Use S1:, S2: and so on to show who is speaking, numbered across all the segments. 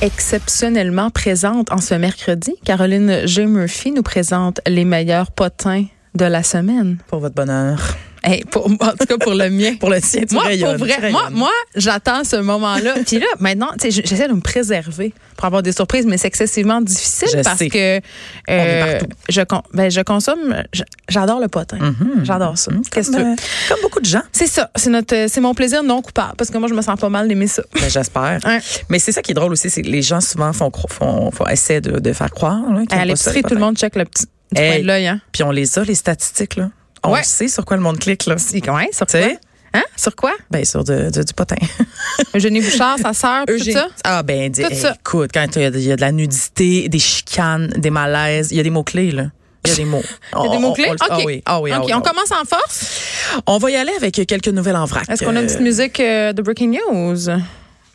S1: exceptionnellement présente en ce mercredi. Caroline G. Murphy nous présente les meilleurs potins de la semaine.
S2: Pour votre bonheur.
S1: Hey, pour, en tout cas, pour le mien.
S2: Pour le tien, tu
S1: moi,
S2: rayonnes,
S1: pour
S2: tu
S1: vrai,
S2: rayonnes.
S1: moi, moi, j'attends ce moment-là. Puis là, maintenant, tu sais, j'essaie de me préserver pour avoir des surprises, mais c'est excessivement difficile
S2: Je
S1: parce
S2: sais.
S1: que euh,
S2: est partout. Mm.
S1: je, con- ben, je consomme, j- j'adore le potin. J'adore ça. Qu'est-ce que tu veux?
S2: Euh, Mhm. comme beaucoup de gens,
S1: C'est ça, c'est notre, euh, c'est mon plaisir non coupable parce que moi je me sens pas mal d'aimer ça.
S2: ben, j'espère.
S1: Hein.
S2: Mais c'est ça qui est drôle aussi, c'est que les gens souvent font, cro- font, font- essaient de, de faire croire. Là, qu'ils
S1: À
S2: aiment pas ça, les
S1: l'épicerie, tout le
S2: potins.
S1: monde check le petit du
S2: Hey.
S1: coin de l'œil, hein.
S2: Puis on les a, les statistiques. Là. On
S1: Ouais.
S2: sait sur quoi le monde clique. Là. Tu
S1: C'est- Ouais, sur quoi?
S2: sais?
S1: Hein? Sur quoi?
S2: Ben, sur de- de- du potin.
S1: Eugénie Bouchard, sa sœur, tout
S2: Eugénie.
S1: ça?
S2: Ah, ben, dis-
S1: Tout
S2: hey,
S1: ça.
S2: écoute, quand il y a de- il y, a de la nudité, des chicanes, des malaises, il y a des mots-clés, là. Il y a des mots.
S1: Il y a des mots-clés?
S2: On, on-
S1: OK.
S2: ah oui, ah oui, ah
S1: OK,
S2: oui,
S1: on
S2: ah oui.
S1: commence en force.
S2: On va y aller avec quelques nouvelles en vrac.
S1: Est-ce qu'on a une
S2: Euh,
S1: petite musique euh, de Breaking News?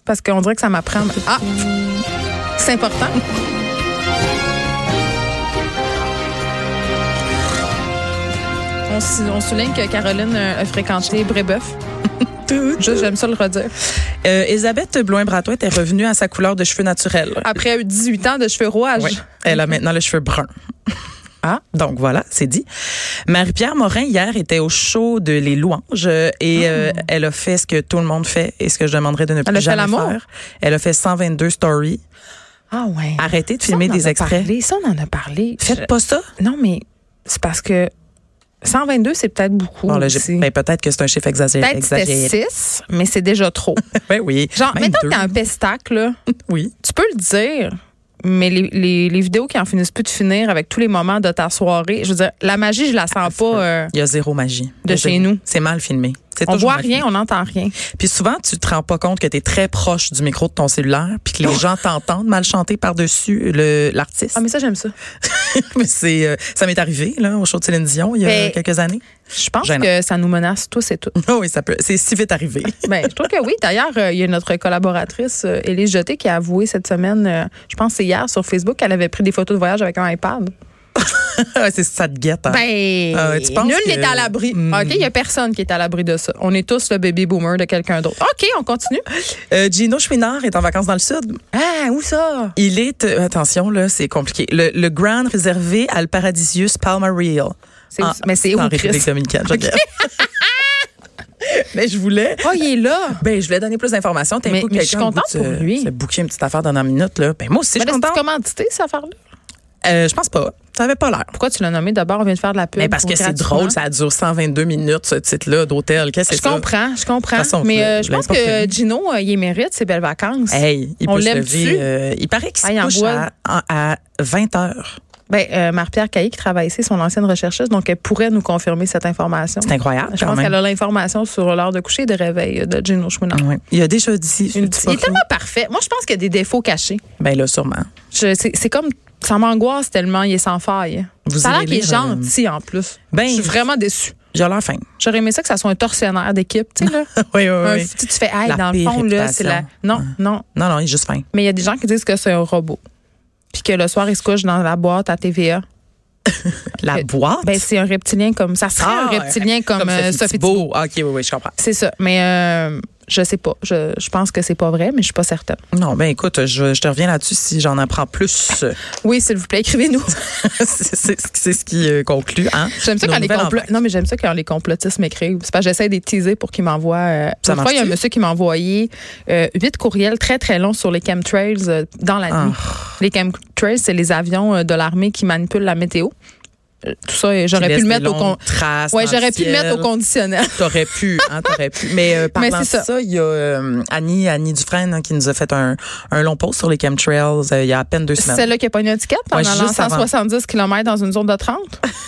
S1: Parce qu'on dirait que ça m'apprend. Ah! C'est important. On, sou- on souligne que Caroline euh, a fréquenté Brébeuf. Juste, j'aime ça le redire.
S2: Euh, Elisabeth Blouin-Bratoit est revenue à sa couleur de cheveux naturelle.
S1: Après 18 ans de cheveux rouages.
S2: Oui. Elle a maintenant le cheveu brun.
S1: Ah.
S2: Donc voilà, c'est dit. Marie-Pierre Morin, hier, était au show de Les Louanges euh, et euh, elle a fait ce que tout le monde fait et ce que je demanderais de ne plus
S1: Ah. a fait
S2: jamais
S1: l'amour?
S2: faire. Elle a fait 122 stories.
S1: Ah ouais.
S2: Arrêtez de
S1: Ça, on
S2: filmer
S1: en
S2: des
S1: a
S2: extraits.
S1: parlé. Ça, on en a parlé.
S2: Faites pas ça.
S1: Je- Non, mais c'est parce que 122, c'est peut-être beaucoup.
S2: Bon, là, j'ai-
S1: aussi.
S2: ben, peut-être que c'est un chiffre exagéré.
S1: peut-être que c'était
S2: exagéré.
S1: 6, mais c'est déjà trop.
S2: Ben oui.
S1: Genre,
S2: Même
S1: mettons que
S2: deux.
S1: t'es un pestacle, là.
S2: Oui.
S1: tu peux le dire, mais les, les- les vidéos qui en finissent plus de finir avec tous les moments de ta soirée, je veux dire, la magie, je la sens pas. euh,
S2: Il y a zéro magie.
S1: De
S2: Il y a
S1: chez
S2: zéro.
S1: nous.
S2: C'est mal filmé. C'est
S1: on
S2: toujours
S1: voit
S2: mal
S1: rien, on n'entend rien.
S2: Puis souvent, tu te rends pas compte que tu es très proche du micro de ton cellulaire, puis que les gens t'entendent mal chanter par-dessus le- l'artiste.
S1: Oh. Ah, mais ça, j'aime ça.
S2: Mais c'est, euh, ça m'est arrivé là, au show de Céline Dion il y a
S1: Mais-
S2: quelques années.
S1: Je pense
S2: Gênant.
S1: que ça nous menace tous et toutes.
S2: Ah oui, ça peut. C'est si vite arrivé.
S1: Ben, je trouve que oui. D'ailleurs, euh, il y a notre collaboratrice, euh, Élise Jeté, qui a avoué cette semaine, euh, je pense que c'est hier, sur Facebook, qu'elle avait pris des photos de voyage avec un iPad.
S2: c'est ça te guette. hein.
S1: Ben,
S2: Euh, tu penses
S1: nul
S2: que-
S1: n'est à l'abri. Ah,
S2: Mm.
S1: OK, il n'y a personne qui est à l'abri de ça. On est tous le baby boomer de quelqu'un d'autre. OK, on continue.
S2: Euh, Gino Chouinard est en vacances dans le sud.
S1: Ah, où ça?
S2: Il est euh, attention là, c'est compliqué. Le, le grand réservé à le Paradisius Palmareal.
S1: C'est où-
S2: En-
S1: mais c'est où,
S2: Ah, en
S1: Chris?
S2: République dominicaine. je regarde. Mais je voulais
S1: Oh, il est là.
S2: Ben, je voulais donner plus d'informations. T'as
S1: Mais-
S2: un coup que
S1: mais je suis
S2: quelqu'un
S1: contente
S2: goûte,
S1: pour
S2: euh,
S1: lui.
S2: se booker une petite affaire dans la minute, là. Ben, moi aussi,
S1: Mais
S2: je suis
S1: c'est
S2: contente.
S1: commandité, cette affaire-là?
S2: Euh, je pense pas. Ça avait pas l'air.
S1: Pourquoi tu l'as nommé d'abord? On vient de faire de la pub.
S2: Mais parce que
S1: pour
S2: c'est
S1: gratuitement.
S2: drôle, ça dure 122 minutes, ce titre-là d'hôtel. Qu'est-ce que
S1: Je
S2: c'est ça?
S1: comprends, je comprends.
S2: De toute façon,
S1: mais
S2: le-
S1: euh, je pense
S2: n'importe
S1: que
S2: qui.
S1: Gino, euh, il mérite ses belles vacances.
S2: Hey, il
S1: On
S2: peut se
S1: l'aime-tu?
S2: lever. euh, il paraît qu'il
S1: Ah, il
S2: se
S1: en
S2: couche
S1: boit.
S2: à, à- à 20 heures.
S1: Ben, euh, Marie-Pierre Caillé, qui travaille ici, son ancienne rechercheuse, donc elle pourrait nous confirmer cette information.
S2: C'est incroyable,
S1: Je
S2: quand
S1: pense
S2: même. Ah
S1: qu'elle a l'information sur l'heure de coucher et de réveil euh, de Gino Chouinard.
S2: Ouais. Il a déjà dit.
S1: Une-
S2: je dis
S1: il
S2: pas
S1: est
S2: trop.
S1: tellement parfait. Moi, je pense qu'il y a des défauts cachés.
S2: Ben là, sûrement.
S1: Je- C'est c'est comme. Ça m'angoisse tellement, il est sans faille.
S2: Vous
S1: ça a l'air
S2: irez
S1: qu'il est
S2: lire, euh,
S1: gentil en plus.
S2: Ben,
S1: je suis vraiment déçue.
S2: J'ai l'air faim.
S1: J'aurais aimé ça que ça soit un tortionnaire d'équipe, tu sais, là.
S2: Oui, oui,
S1: Un-
S2: oui.
S1: tu, tu fais, hey,
S2: La
S1: dans le
S2: pire
S1: fond, là, c'est la.
S2: réputation.
S1: Non, non.
S2: Non, non, il est juste faim.
S1: Mais il y a des gens qui disent que c'est un robot. Puis que le soir, il se couche dans la boîte à TVA.
S2: La
S1: Euh,
S2: boîte? Ah,
S1: Ben, c'est un reptilien comme. Ça serait un reptilien comme, euh, Sophie Thibault.
S2: Beau. Ah, OK, oui, oui, je comprends.
S1: C'est ça. Mais euh, je sais pas. Je, je pense que c'est pas vrai, mais je suis pas certaine.
S2: Non, ben écoute, je, je te reviens là-dessus si j'en apprends plus.
S1: Oui, s'il vous plaît, écrivez-nous.
S2: c'est c'est- c'est ce qui euh, conclut. Hein?
S1: J'aime ça
S2: Nos
S1: quand les
S2: nouvelles
S1: complots.
S2: en vrac.
S1: Non, mais j'aime ça quand les complotistes m'écrivent. C'est parce que j'essaie de les teaser pour qu'ils m'envoient. Euh,
S2: Ça
S1: une fois, il y a un
S2: marche-tu?
S1: monsieur qui m'a envoyé euh, huit courriels très, très longs sur les chemtrails euh, dans la
S2: Ah.
S1: nuit. Les chemtrails, c'est les avions euh, de l'armée qui manipulent la météo. Euh, tout ça, euh, j'aurais pu
S2: Qui laisse
S1: le
S2: des
S1: mettre au con-
S2: longues traces
S1: Ouais,
S2: dans
S1: j'aurais pu le
S2: ciel.
S1: mettre au conditionnel.
S2: T'aurais pu, hein, t'aurais pu. Mais euh,
S1: Mais
S2: parlant
S1: c'est ça.
S2: de ça, il y a euh, Annie, Annie Dufresne hein, qui nous a fait un, un long post sur les chemtrails euh, il y a à peine deux semaines.
S1: Celle-là qui a pas une étiquette en
S2: Ouais,
S1: allant
S2: juste avant.
S1: 170 km dans une zone de 30.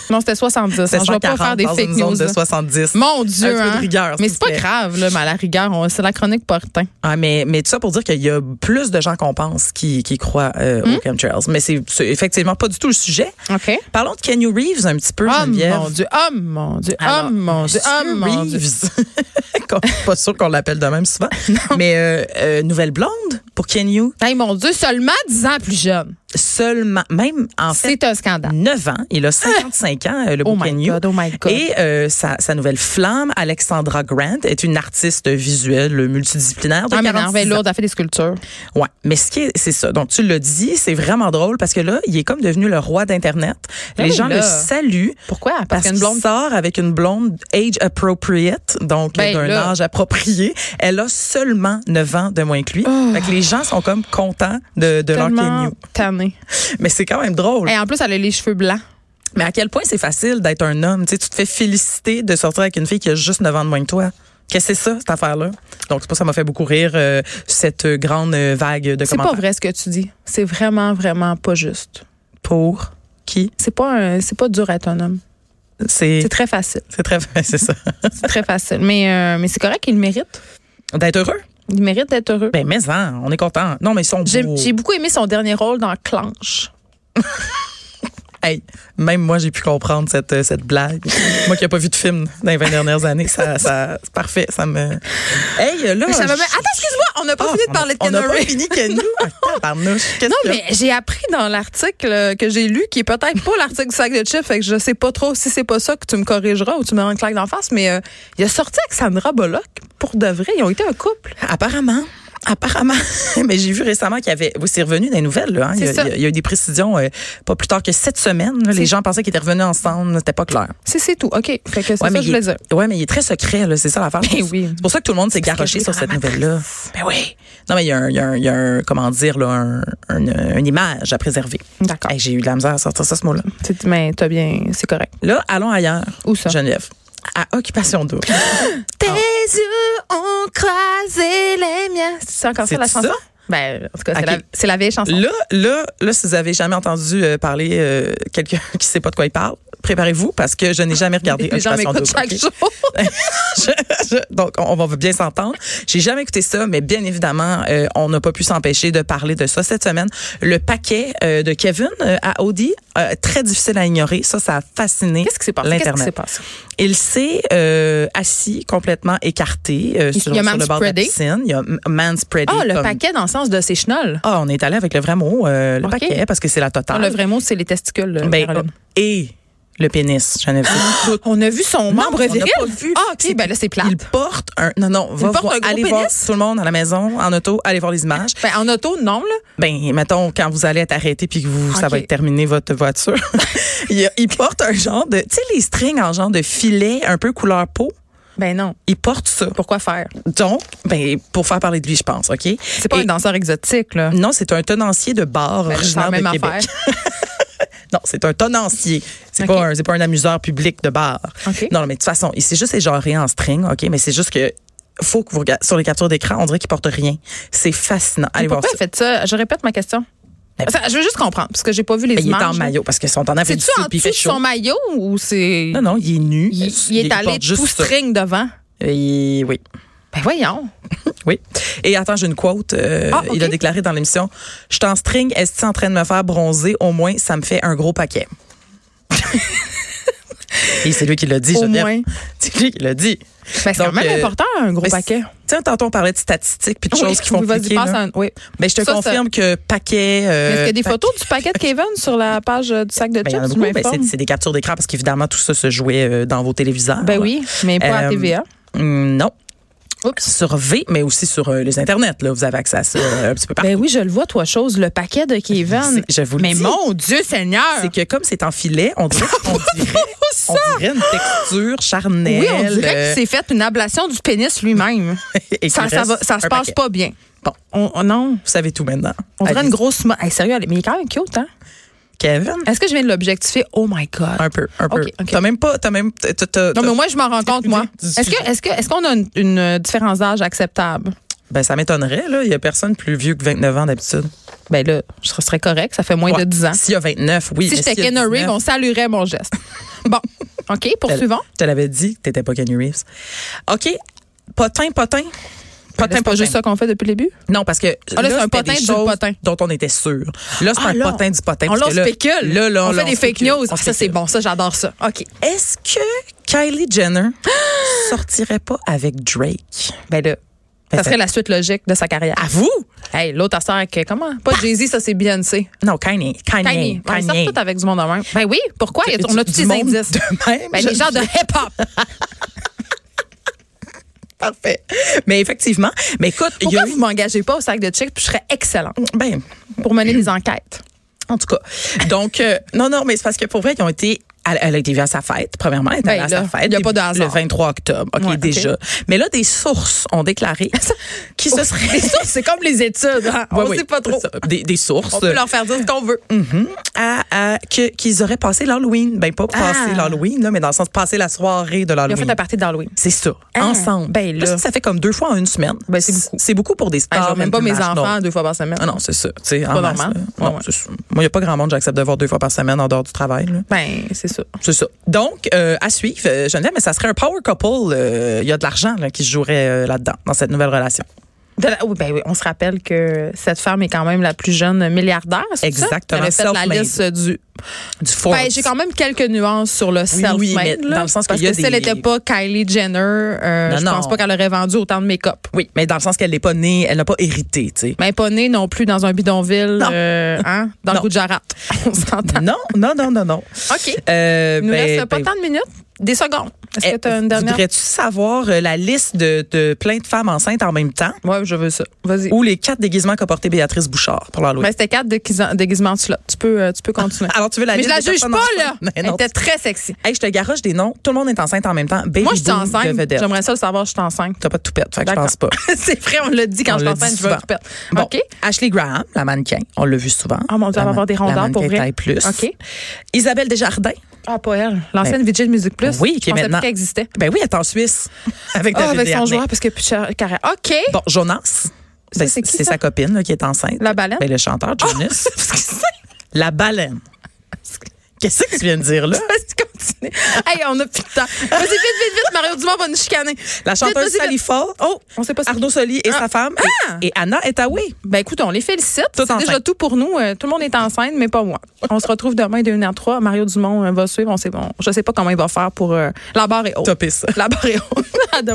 S1: Non, c'était 70. hein.
S2: C'est
S1: Je vais pas
S2: 140
S1: faire des
S2: dans
S1: fake
S2: une zone
S1: news.
S2: de
S1: là.
S2: 70.
S1: Mon
S2: Un
S1: Dieu,
S2: peu de
S1: hein.
S2: rigueur,
S1: Mais
S2: s'il
S1: c'est pas
S2: vous plaît.
S1: grave, là, mais à la rigueur, on- c'est la chronique portin.
S2: Ah, mais, mais tout ça pour dire qu'il y a plus de gens qu'on pense qui, qui croient euh,
S1: Hmm?
S2: aux chemtrails. Mais c'est c'est effectivement pas du tout le sujet.
S1: OK?
S2: Parlons de Kenny Reeves un petit peu,
S1: Oh
S2: Geneviève.
S1: mon Dieu, oh mon Dieu,
S2: Alors,
S1: oh mon Dieu, oh
S2: Monsieur
S1: mon Dieu.
S2: Reeves. Ah, Qu'on- pas sûr qu'on l'appelle de même souvent. Mais euh, euh, nouvelle blonde pour Kenny.
S1: Hey, mon Dieu, seulement 10 ans plus jeune.
S2: seulement, même en fait,
S1: C'est un scandale.
S2: 9 ans. Il a 55 ans, euh, le
S1: Oh my
S2: bouquinier.
S1: God, oh my God.
S2: Et euh, sa, sa nouvelle flamme, Alexandra Grant, est une artiste visuelle euh, multidisciplinaire de
S1: Ah, mais non,
S2: 46
S1: elle est
S2: ans.
S1: lourde, elle fait des sculptures.
S2: Ouais, mais ce qui est, c'est ça. Donc tu le dis, c'est vraiment drôle parce que là, il est comme devenu le roi d'internet.
S1: Ben
S2: Les
S1: oui,
S2: gens
S1: là.
S2: le saluent.
S1: Pourquoi? Parce,
S2: Parce
S1: qu'une
S2: qu'il
S1: blonde.
S2: sort avec une blonde age appropriate, donc
S1: Ben,
S2: d'un
S1: là.
S2: âge approprié. Elle a seulement 9 ans de moins que lui. Fait que les gens sont comme contents de, de leur
S1: Oh. tellement Eh.
S2: Kenyu.
S1: tannée.
S2: Mais c'est quand même drôle.
S1: Et en plus, elle a les cheveux blancs.
S2: Mais à quel point c'est facile d'être un homme? Tu sais, tu te fais féliciter de sortir avec une fille qui a juste 9 ans de moins que toi. Qu'est-ce que c'est ça, cette affaire-là? Donc, c'est pour ça que ça m'a fait beaucoup rire, euh, cette euh, grande euh, vague de
S1: C'est pas
S2: commentaires.
S1: vrai ce que tu dis. C'est vraiment, vraiment pas juste.
S2: Pour qui?
S1: C'est pas un- c'est pas dur à être un homme.
S2: C'est
S1: C'est très facile.
S2: c'est très... C'est ça.
S1: C'est très facile. Mais, euh, mais c'est correct, il le mérite.
S2: D'être heureux?
S1: Il mérite d'être heureux.
S2: Ben, mais oh. hein, on est content. Non, mais ils sont
S1: J'ai
S2: beaux.
S1: j'ai beaucoup aimé son dernier rôle dans Clanche.
S2: Hey, même moi, j'ai pu comprendre cette, euh, cette blague. moi qui n'ai pas vu de film dans les 20 dernières années, ça, ça, c'est parfait. Ça me. Hey, euh, là.
S1: Ça m'a-
S2: je-
S1: Attends, excuse-moi, on n'a pas
S2: Ah,
S1: fini de parler de
S2: on
S1: Ken
S2: n'a pas
S1: Murray.
S2: fini Ken Yu. Ah, tabarnouche. Qu'est-ce
S1: Non,
S2: qu'il y a?
S1: mais j'ai appris dans l'article euh, que j'ai lu, qui est peut-être pas l'article du sac de chips, fait que je sais pas trop si c'est pas ça que tu me corrigeras ou tu me rends une claque d'en face, mais euh, il a sorti avec Sandra Bullock pour de vrai. Ils ont été un couple.
S2: Apparemment. Apparemment. Mais j'ai vu récemment qu'il y avait. Oui, c'est revenu dans les nouvelles, là. hein. Il, y
S1: C'est ça.
S2: a, il y a eu des précisions euh, pas plus tard que cette semaine. là.
S1: C'est-
S2: Les gens pensaient qu'ils étaient revenus ensemble. C'était pas clair.
S1: C'est c'est tout. OK. Fait que c'est ça
S2: mais
S1: que je
S2: il est-
S1: voulais dire.
S2: ouais, mais il est très secret, là. C'est ça l'affaire.
S1: Ben oui.
S2: C'est pour ça que tout le monde s'est garoché
S1: que
S2: sur
S1: c'est
S2: cette
S1: la
S2: nouvelle-là. Ben oui. Non, mais il y a un, il y a un- il y a un- comment dire, là, un- un- euh, une image à préserver.
S1: D'accord.
S2: Hey, J'ai eu de la misère à sortir ça, ce mot-là.
S1: C'est- Mais t'as bien, c'est correct.
S2: Là, allons ailleurs.
S1: Où ça?
S2: Geneviève. À Occupation Double.
S1: Tes yeux ont croisé les miens. C'est encore ça
S2: C'est
S1: la chanson?
S2: ça?
S1: Ben, en tout cas, c'est
S2: OK.
S1: la- c'est la, vieille chanson.
S2: Là, là, là, si vous avez jamais entendu euh, parler euh, quelqu'un qui sait pas de quoi il parle, préparez-vous parce que je n'ai jamais regardé
S1: Les gens
S2: Occupation
S1: m'écoutent
S2: Double,
S1: chaque
S2: ok?
S1: jour.
S2: Je- je- donc, on, on va bien s'entendre. J'ai jamais écouté ça, mais bien évidemment, euh, on n'a pas pu s'empêcher de parler de ça cette semaine. Le paquet euh, de Kevin euh, à Audi, euh, très difficile à ignorer. Ça, ça a fasciné
S1: Qu'est-ce qui s'est passé? Qu'est-ce qui s'est
S2: l'internet.
S1: passé?
S2: Il s'est euh, assis complètement écarté euh,
S1: Il-
S2: sur,
S1: il a
S2: sur le bord de la
S1: manspreadé.
S2: piscine. Il y a m- manspreadé.
S1: Ah, le
S2: comme-
S1: paquet dans le sens de ses chenolles.
S2: Ah, on est allé avec le vrai mot, euh, le
S1: Ok.
S2: paquet, parce que c'est la
S1: Ah,
S2: totale.
S1: Le vrai mot, c'est les testicules. euh,
S2: Ben,
S1: Caroline.
S2: et le pénis, Geneviève.
S1: On a vu son
S2: Non,
S1: membre
S2: on n'a
S1: viril.
S2: pas vu.
S1: Ah, ok, ben là, c'est plate.
S2: Il porte un. Non, non, va
S1: porte
S2: voir-
S1: un gros
S2: allez
S1: pénis?
S2: voir tout le monde à la maison, en auto, allez voir les images.
S1: Ben, en auto, non, là.
S2: Ben, mettons, quand vous allez être arrêté puis que vous, ça
S1: Ok.
S2: va être terminé votre voiture, il, y a- il porte un genre de. Tu sais, les strings en genre de filet, un peu couleur peau.
S1: Ben non.
S2: Il porte ça.
S1: Pourquoi faire?
S2: Donc, ben, pour faire parler de lui, je pense, OK?
S1: C'est pas
S2: Et-
S1: un danseur exotique, là.
S2: Non, c'est un tenancier de bar
S1: Ben, c'est
S2: originaire
S1: la même
S2: de Québec.
S1: affaire.
S2: Non, c'est un tenancier. C'est
S1: OK.
S2: pas un, c'est pas un amuseur public de bar.
S1: OK.
S2: Non, non, mais de toute façon, il s'est juste égenré en string, ok, mais c'est juste que faut que vous regardez sur les captures d'écran, on dirait qu'il porte rien. C'est fascinant. Allez voir
S1: Pourquoi
S2: ça.
S1: elle fait ça? Je répète ma question.
S2: Ben,
S1: Ça, je veux juste comprendre, parce que j'ai pas vu les
S2: Ben, il est
S1: images.
S2: en
S1: là.
S2: maillot parce qu'ils sont en avril.
S1: hein? C'est-tu en
S2: puis il
S1: dessous
S2: fait
S1: de son
S2: chaud.
S1: maillot ou c'est.
S2: Non, non, il est nu.
S1: Il, il est allé
S2: porte juste
S1: tout
S2: ça.
S1: string devant.
S2: Et oui.
S1: Ben voyons.
S2: Oui. Et attends, j'ai une quote. euh,
S1: Ah, ok.
S2: Il a déclaré dans l'émission Je suis en string, est-ce que tu es en train de me faire bronzer Au moins, ça me fait un gros paquet. Et c'est lui qui l'a dit,
S1: Au
S2: Geneviève.
S1: moins.
S2: C'est lui qui l'a dit.
S1: Ben, c'est quand
S2: Donc,
S1: même
S2: euh,
S1: important, un gros
S2: Ben,
S1: paquet.
S2: Tu sais, tantôt, on parlait de statistiques puis de
S1: Oui,
S2: choses qui font
S1: oui, vas-y,
S2: cliquer.
S1: passe
S2: là.
S1: à un- oui.
S2: Ben, je te
S1: Ça, ça-
S2: confirme que paquet.
S1: Mais
S2: euh,
S1: Est-ce qu'il y a des
S2: pa-
S1: photos du paquet de Kevin sur la page euh, du sac de
S2: ben, il y en a
S1: chips?
S2: beaucoup.
S1: tu
S2: Ben, c'est-
S1: m'informes?
S2: c'est des captures d'écran parce qu'évidemment, tout ça se jouait euh, dans vos téléviseurs.
S1: Ben oui, mais pas à
S2: Euh,
S1: TVA.
S2: Hum, non.
S1: Oups.
S2: Sur V, mais aussi sur euh, les internets. Là, vous avez accès à ça euh, un petit peu partout.
S1: Ben oui, je le vois, toi, chose, le paquet de Kevin.
S2: C'est- je vous le
S1: Ben, Mais
S2: dis.
S1: mon Dieu Seigneur!
S2: c'est que comme c'est en filet, on dirait, on dirait, on dirait une texture charnelle.
S1: Oui, on dirait qu'il s'est fait une ablation du pénis lui-même.
S2: euh, et
S1: ça
S2: qu'il
S1: ça, va-
S2: reste
S1: ça se
S2: un
S1: passe
S2: paquet.
S1: pas bien.
S2: Bon.
S1: On, on- non,
S2: Vous savez tout maintenant.
S1: on dirait
S2: Allez,
S1: une grosse... mo- Hey, sérieux, elle- mais il est quand même cute, hein?
S2: Kevin,
S1: Est-ce que je viens de l'objectifier? Oh my God.
S2: un peu, un peu.
S1: Ok, ok.
S2: T'as même pas, t'as même, t'as- t'as- t'as-
S1: Non, mais moi, je m'en rends compte, moi.
S2: Du
S1: Est-ce que
S2: sujet.
S1: est-ce que est-ce qu'on a une, une, euh, différence d'âge acceptable?
S2: ben ça m'étonnerait là. Il y a personne plus vieux que 29 ans d'habitude.
S1: Ben là, je serais correct, ça fait moins
S2: Ouais.
S1: de 10 ans.
S2: S'il y a 29, oui.
S1: Si
S2: mais
S1: j'étais
S2: s'il y a
S1: Ken Reeves,
S2: 19,
S1: on saluerait mon geste. bon, OK, poursuivons.
S2: Je te l'avais dit que t'étais pas Kenny Reeves. OK. Potin, potin.
S1: Là,
S2: Potin,
S1: C'est Ah, pas
S2: potin.
S1: juste ça qu'on fait depuis le début?
S2: Non, parce que.
S1: Ah, là, c'est un
S2: c'était
S1: potin
S2: des
S1: du
S2: choses
S1: potin.
S2: Dont on était sûr. Là, c'est
S1: Ah,
S2: un
S1: là,
S2: potin du potin.
S1: On
S2: parce
S1: l'en
S2: que là-
S1: spécule.
S2: Là, là,
S1: on fait
S2: là,
S1: des fake
S2: spécule.
S1: news.
S2: On
S1: Ah, ça, c'est
S2: spécule.
S1: bon. Ça, j'adore ça. OK.
S2: Est-ce que Kylie Jenner sortirait pas avec Drake?
S1: Ben là, Ça serait la suite logique de sa carrière.
S2: À vous?
S1: Hey, l'autre affaire avec, euh, comment? Pas Jay-Z, ça c'est Beyoncé.
S2: Non, Kanye. Bah! Kanye.
S1: Kanye. Ouais, ils sortent tout avec du monde de même. Ben oui, pourquoi?
S2: Et
S1: On a
S2: du
S1: tous des
S2: monde
S1: indices.
S2: de même,
S1: Ben,
S2: je-
S1: les gens de hip-hop.
S2: Parfait. Mais effectivement, mais écoute, il y
S1: Pourquoi
S2: a
S1: vous m'engagez pas au sac de chips puis je serais excellent
S2: eu- ben,
S1: pour mener des enquêtes?
S2: en tout cas. Donc, euh, non, non, mais c'est parce que pour vrai, ils ont été. Elle, elle a été vue à sa fête, premièrement. Elle était
S1: Ben
S2: allée à sa
S1: là,
S2: fête.
S1: y a
S2: le-
S1: pas de hasard.
S2: Le 23 octobre. OK,
S1: Ouais, OK.
S2: déjà. Mais là, des sources ont déclaré qui se seraient.
S1: Les sources, c'est comme les études. hein?
S2: Ouais,
S1: On
S2: oui,
S1: sait pas trop.
S2: c'est ça. Des, des sources.
S1: On peut leur faire dire ce qu'on veut.
S2: Mhm. à, à- que- qu'ils auraient passé l'Halloween. Ben, pas passé
S1: Ah.
S2: l'Halloween, là, mais dans le sens passer la soirée
S1: Ils
S2: de
S1: ont
S2: l'Halloween.
S1: fait un party d'Halloween.
S2: C'est ça.
S1: Ah,
S2: ensemble.
S1: ben là.
S2: Parce que ça fait comme deux fois en une semaine.
S1: Ben, c'est beaucoup.
S2: C'est beaucoup pour des
S1: Hey,
S2: stars.
S1: je vois même pas
S2: Ah, plus
S1: mes
S2: larges. Non.
S1: enfants deux fois par semaine.
S2: Ah non, c'est ça. C'est
S1: pas normal. Ouais, ouais.
S2: Moi, il n'y a pas grand monde que j'accepte de voir deux fois par semaine en dehors du travail. là.
S1: Ben, c'est ça.
S2: C'est ça. Donc, euh, à suivre, euh, Geneviève, mais ça serait un power couple. euh, Il y a de l'argent là, qui se jouerait euh, là-dedans, dans cette nouvelle relation.
S1: De la- oui, ben oui, on se rappelle que cette femme est quand même la plus jeune milliardaire. c'est ça?
S2: Exactement.
S1: Elle a fait la
S2: Self-made.
S1: liste du.
S2: Du Forbes.
S1: Ben, j'ai quand même quelques nuances sur le self-made.
S2: oui, mais
S1: là,
S2: dans le sens
S1: parce
S2: qu'il y a
S1: que si elle
S2: des-
S1: n'était pas Kylie Jenner, euh,
S2: Non,
S1: je
S2: non.
S1: pense pas qu'elle aurait vendu autant de make-up.
S2: Oui, mais dans le sens qu'elle n'est pas née, elle n'a pas hérité, tu sais.
S1: Ben, pas née non plus dans un bidonville,
S2: Non.
S1: euh, hein, dans
S2: Non.
S1: le Gujarat. On s'entend.
S2: Non, non, non, non, non.
S1: OK.
S2: Euh,
S1: Il Ah. nous
S2: ben,
S1: reste pas
S2: ben,
S1: tant de minutes, des secondes. Est-ce que
S2: eh,
S1: tu as une dernière?
S2: Voudrais-tu savoir euh, la liste de, de plein de femmes enceintes en même temps
S1: Ouais, je veux ça. Vas-y.
S2: ou les quatre déguisements qu'a porté Béatrice Bouchard pour l'Halloween?
S1: Ben, c'était quatre déguisa- déguisements de slot. Tu peux, euh, tu peux continuer.
S2: Alors, tu veux la
S1: Mais je
S2: liste
S1: la
S2: des
S1: juge
S2: personnes
S1: pas, là.
S2: enceintes? Mais
S1: Elle
S2: non,
S1: était très sexy.
S2: Hey, je te garoche des noms. Tout le monde est enceinte en même temps. Baby
S1: Moi, je suis
S2: boom de
S1: enceinte.
S2: vedette.
S1: J'aimerais ça le savoir, je suis enceinte.
S2: T'as pas de toupette, fait que je
S1: D'accord.
S2: pense pas.
S1: C'est vrai, on l'a dit quand
S2: On
S1: je
S2: le
S1: suis enceinte,
S2: dit
S1: je veux
S2: souvent.
S1: une toupette.
S2: Bon,
S1: OK.
S2: Ashley Graham, la mannequin, on l'a vu souvent.
S1: Ah, mon Dieu, elle va
S2: La
S1: avoir des
S2: man- la
S1: rondeurs, pour
S2: mannequin
S1: vrai.
S2: taille plus.
S1: OK.
S2: Isabelle Desjardins.
S1: Ah, pas elle. L'ancienne VJ de Musique Plus.
S2: Ben, Oui,
S1: Je
S2: qui est
S1: pensais plus
S2: maintenant-
S1: qu'elle existait.
S2: Ben oui, elle est en Suisse avec
S1: Ah,
S2: David
S1: avec son
S2: Desharnais.
S1: joueur, parce que plus cher- carré. OK.
S2: Bon, Jonas. Ben,
S1: c'est qui,
S2: c'est
S1: ça?
S2: sa copine là, qui est enceinte.
S1: La baleine? Ah!
S2: Ben, le chanteur, Jonas. La baleine. Qu'est-ce que tu viens de dire là?
S1: Vas-y, continue. hey, on a plus de temps. Vas-y, vite, vite, vite. Mario Dumont va nous chicaner.
S2: La
S1: Vite,
S2: chanteuse
S1: vas-y,
S2: Sally
S1: vite.
S2: Fall. Oh,
S1: On sait pas si-
S2: Arnaud Soli et sa femme. et-
S1: Ah!
S2: Et, Anna Etaway.
S1: Ben écoute, on les félicite.
S2: Tout
S1: C'est déjà
S2: enceinte.
S1: tout pour nous. Euh, tout le monde est enceinte, mais pas moi. On se retrouve demain de 1 à 3. Mario Dumont euh, va suivre. On sait, bon, je sais pas comment il va faire pour... euh, la barre est haute.
S2: Topé ça.
S1: La barre est haute. À demain.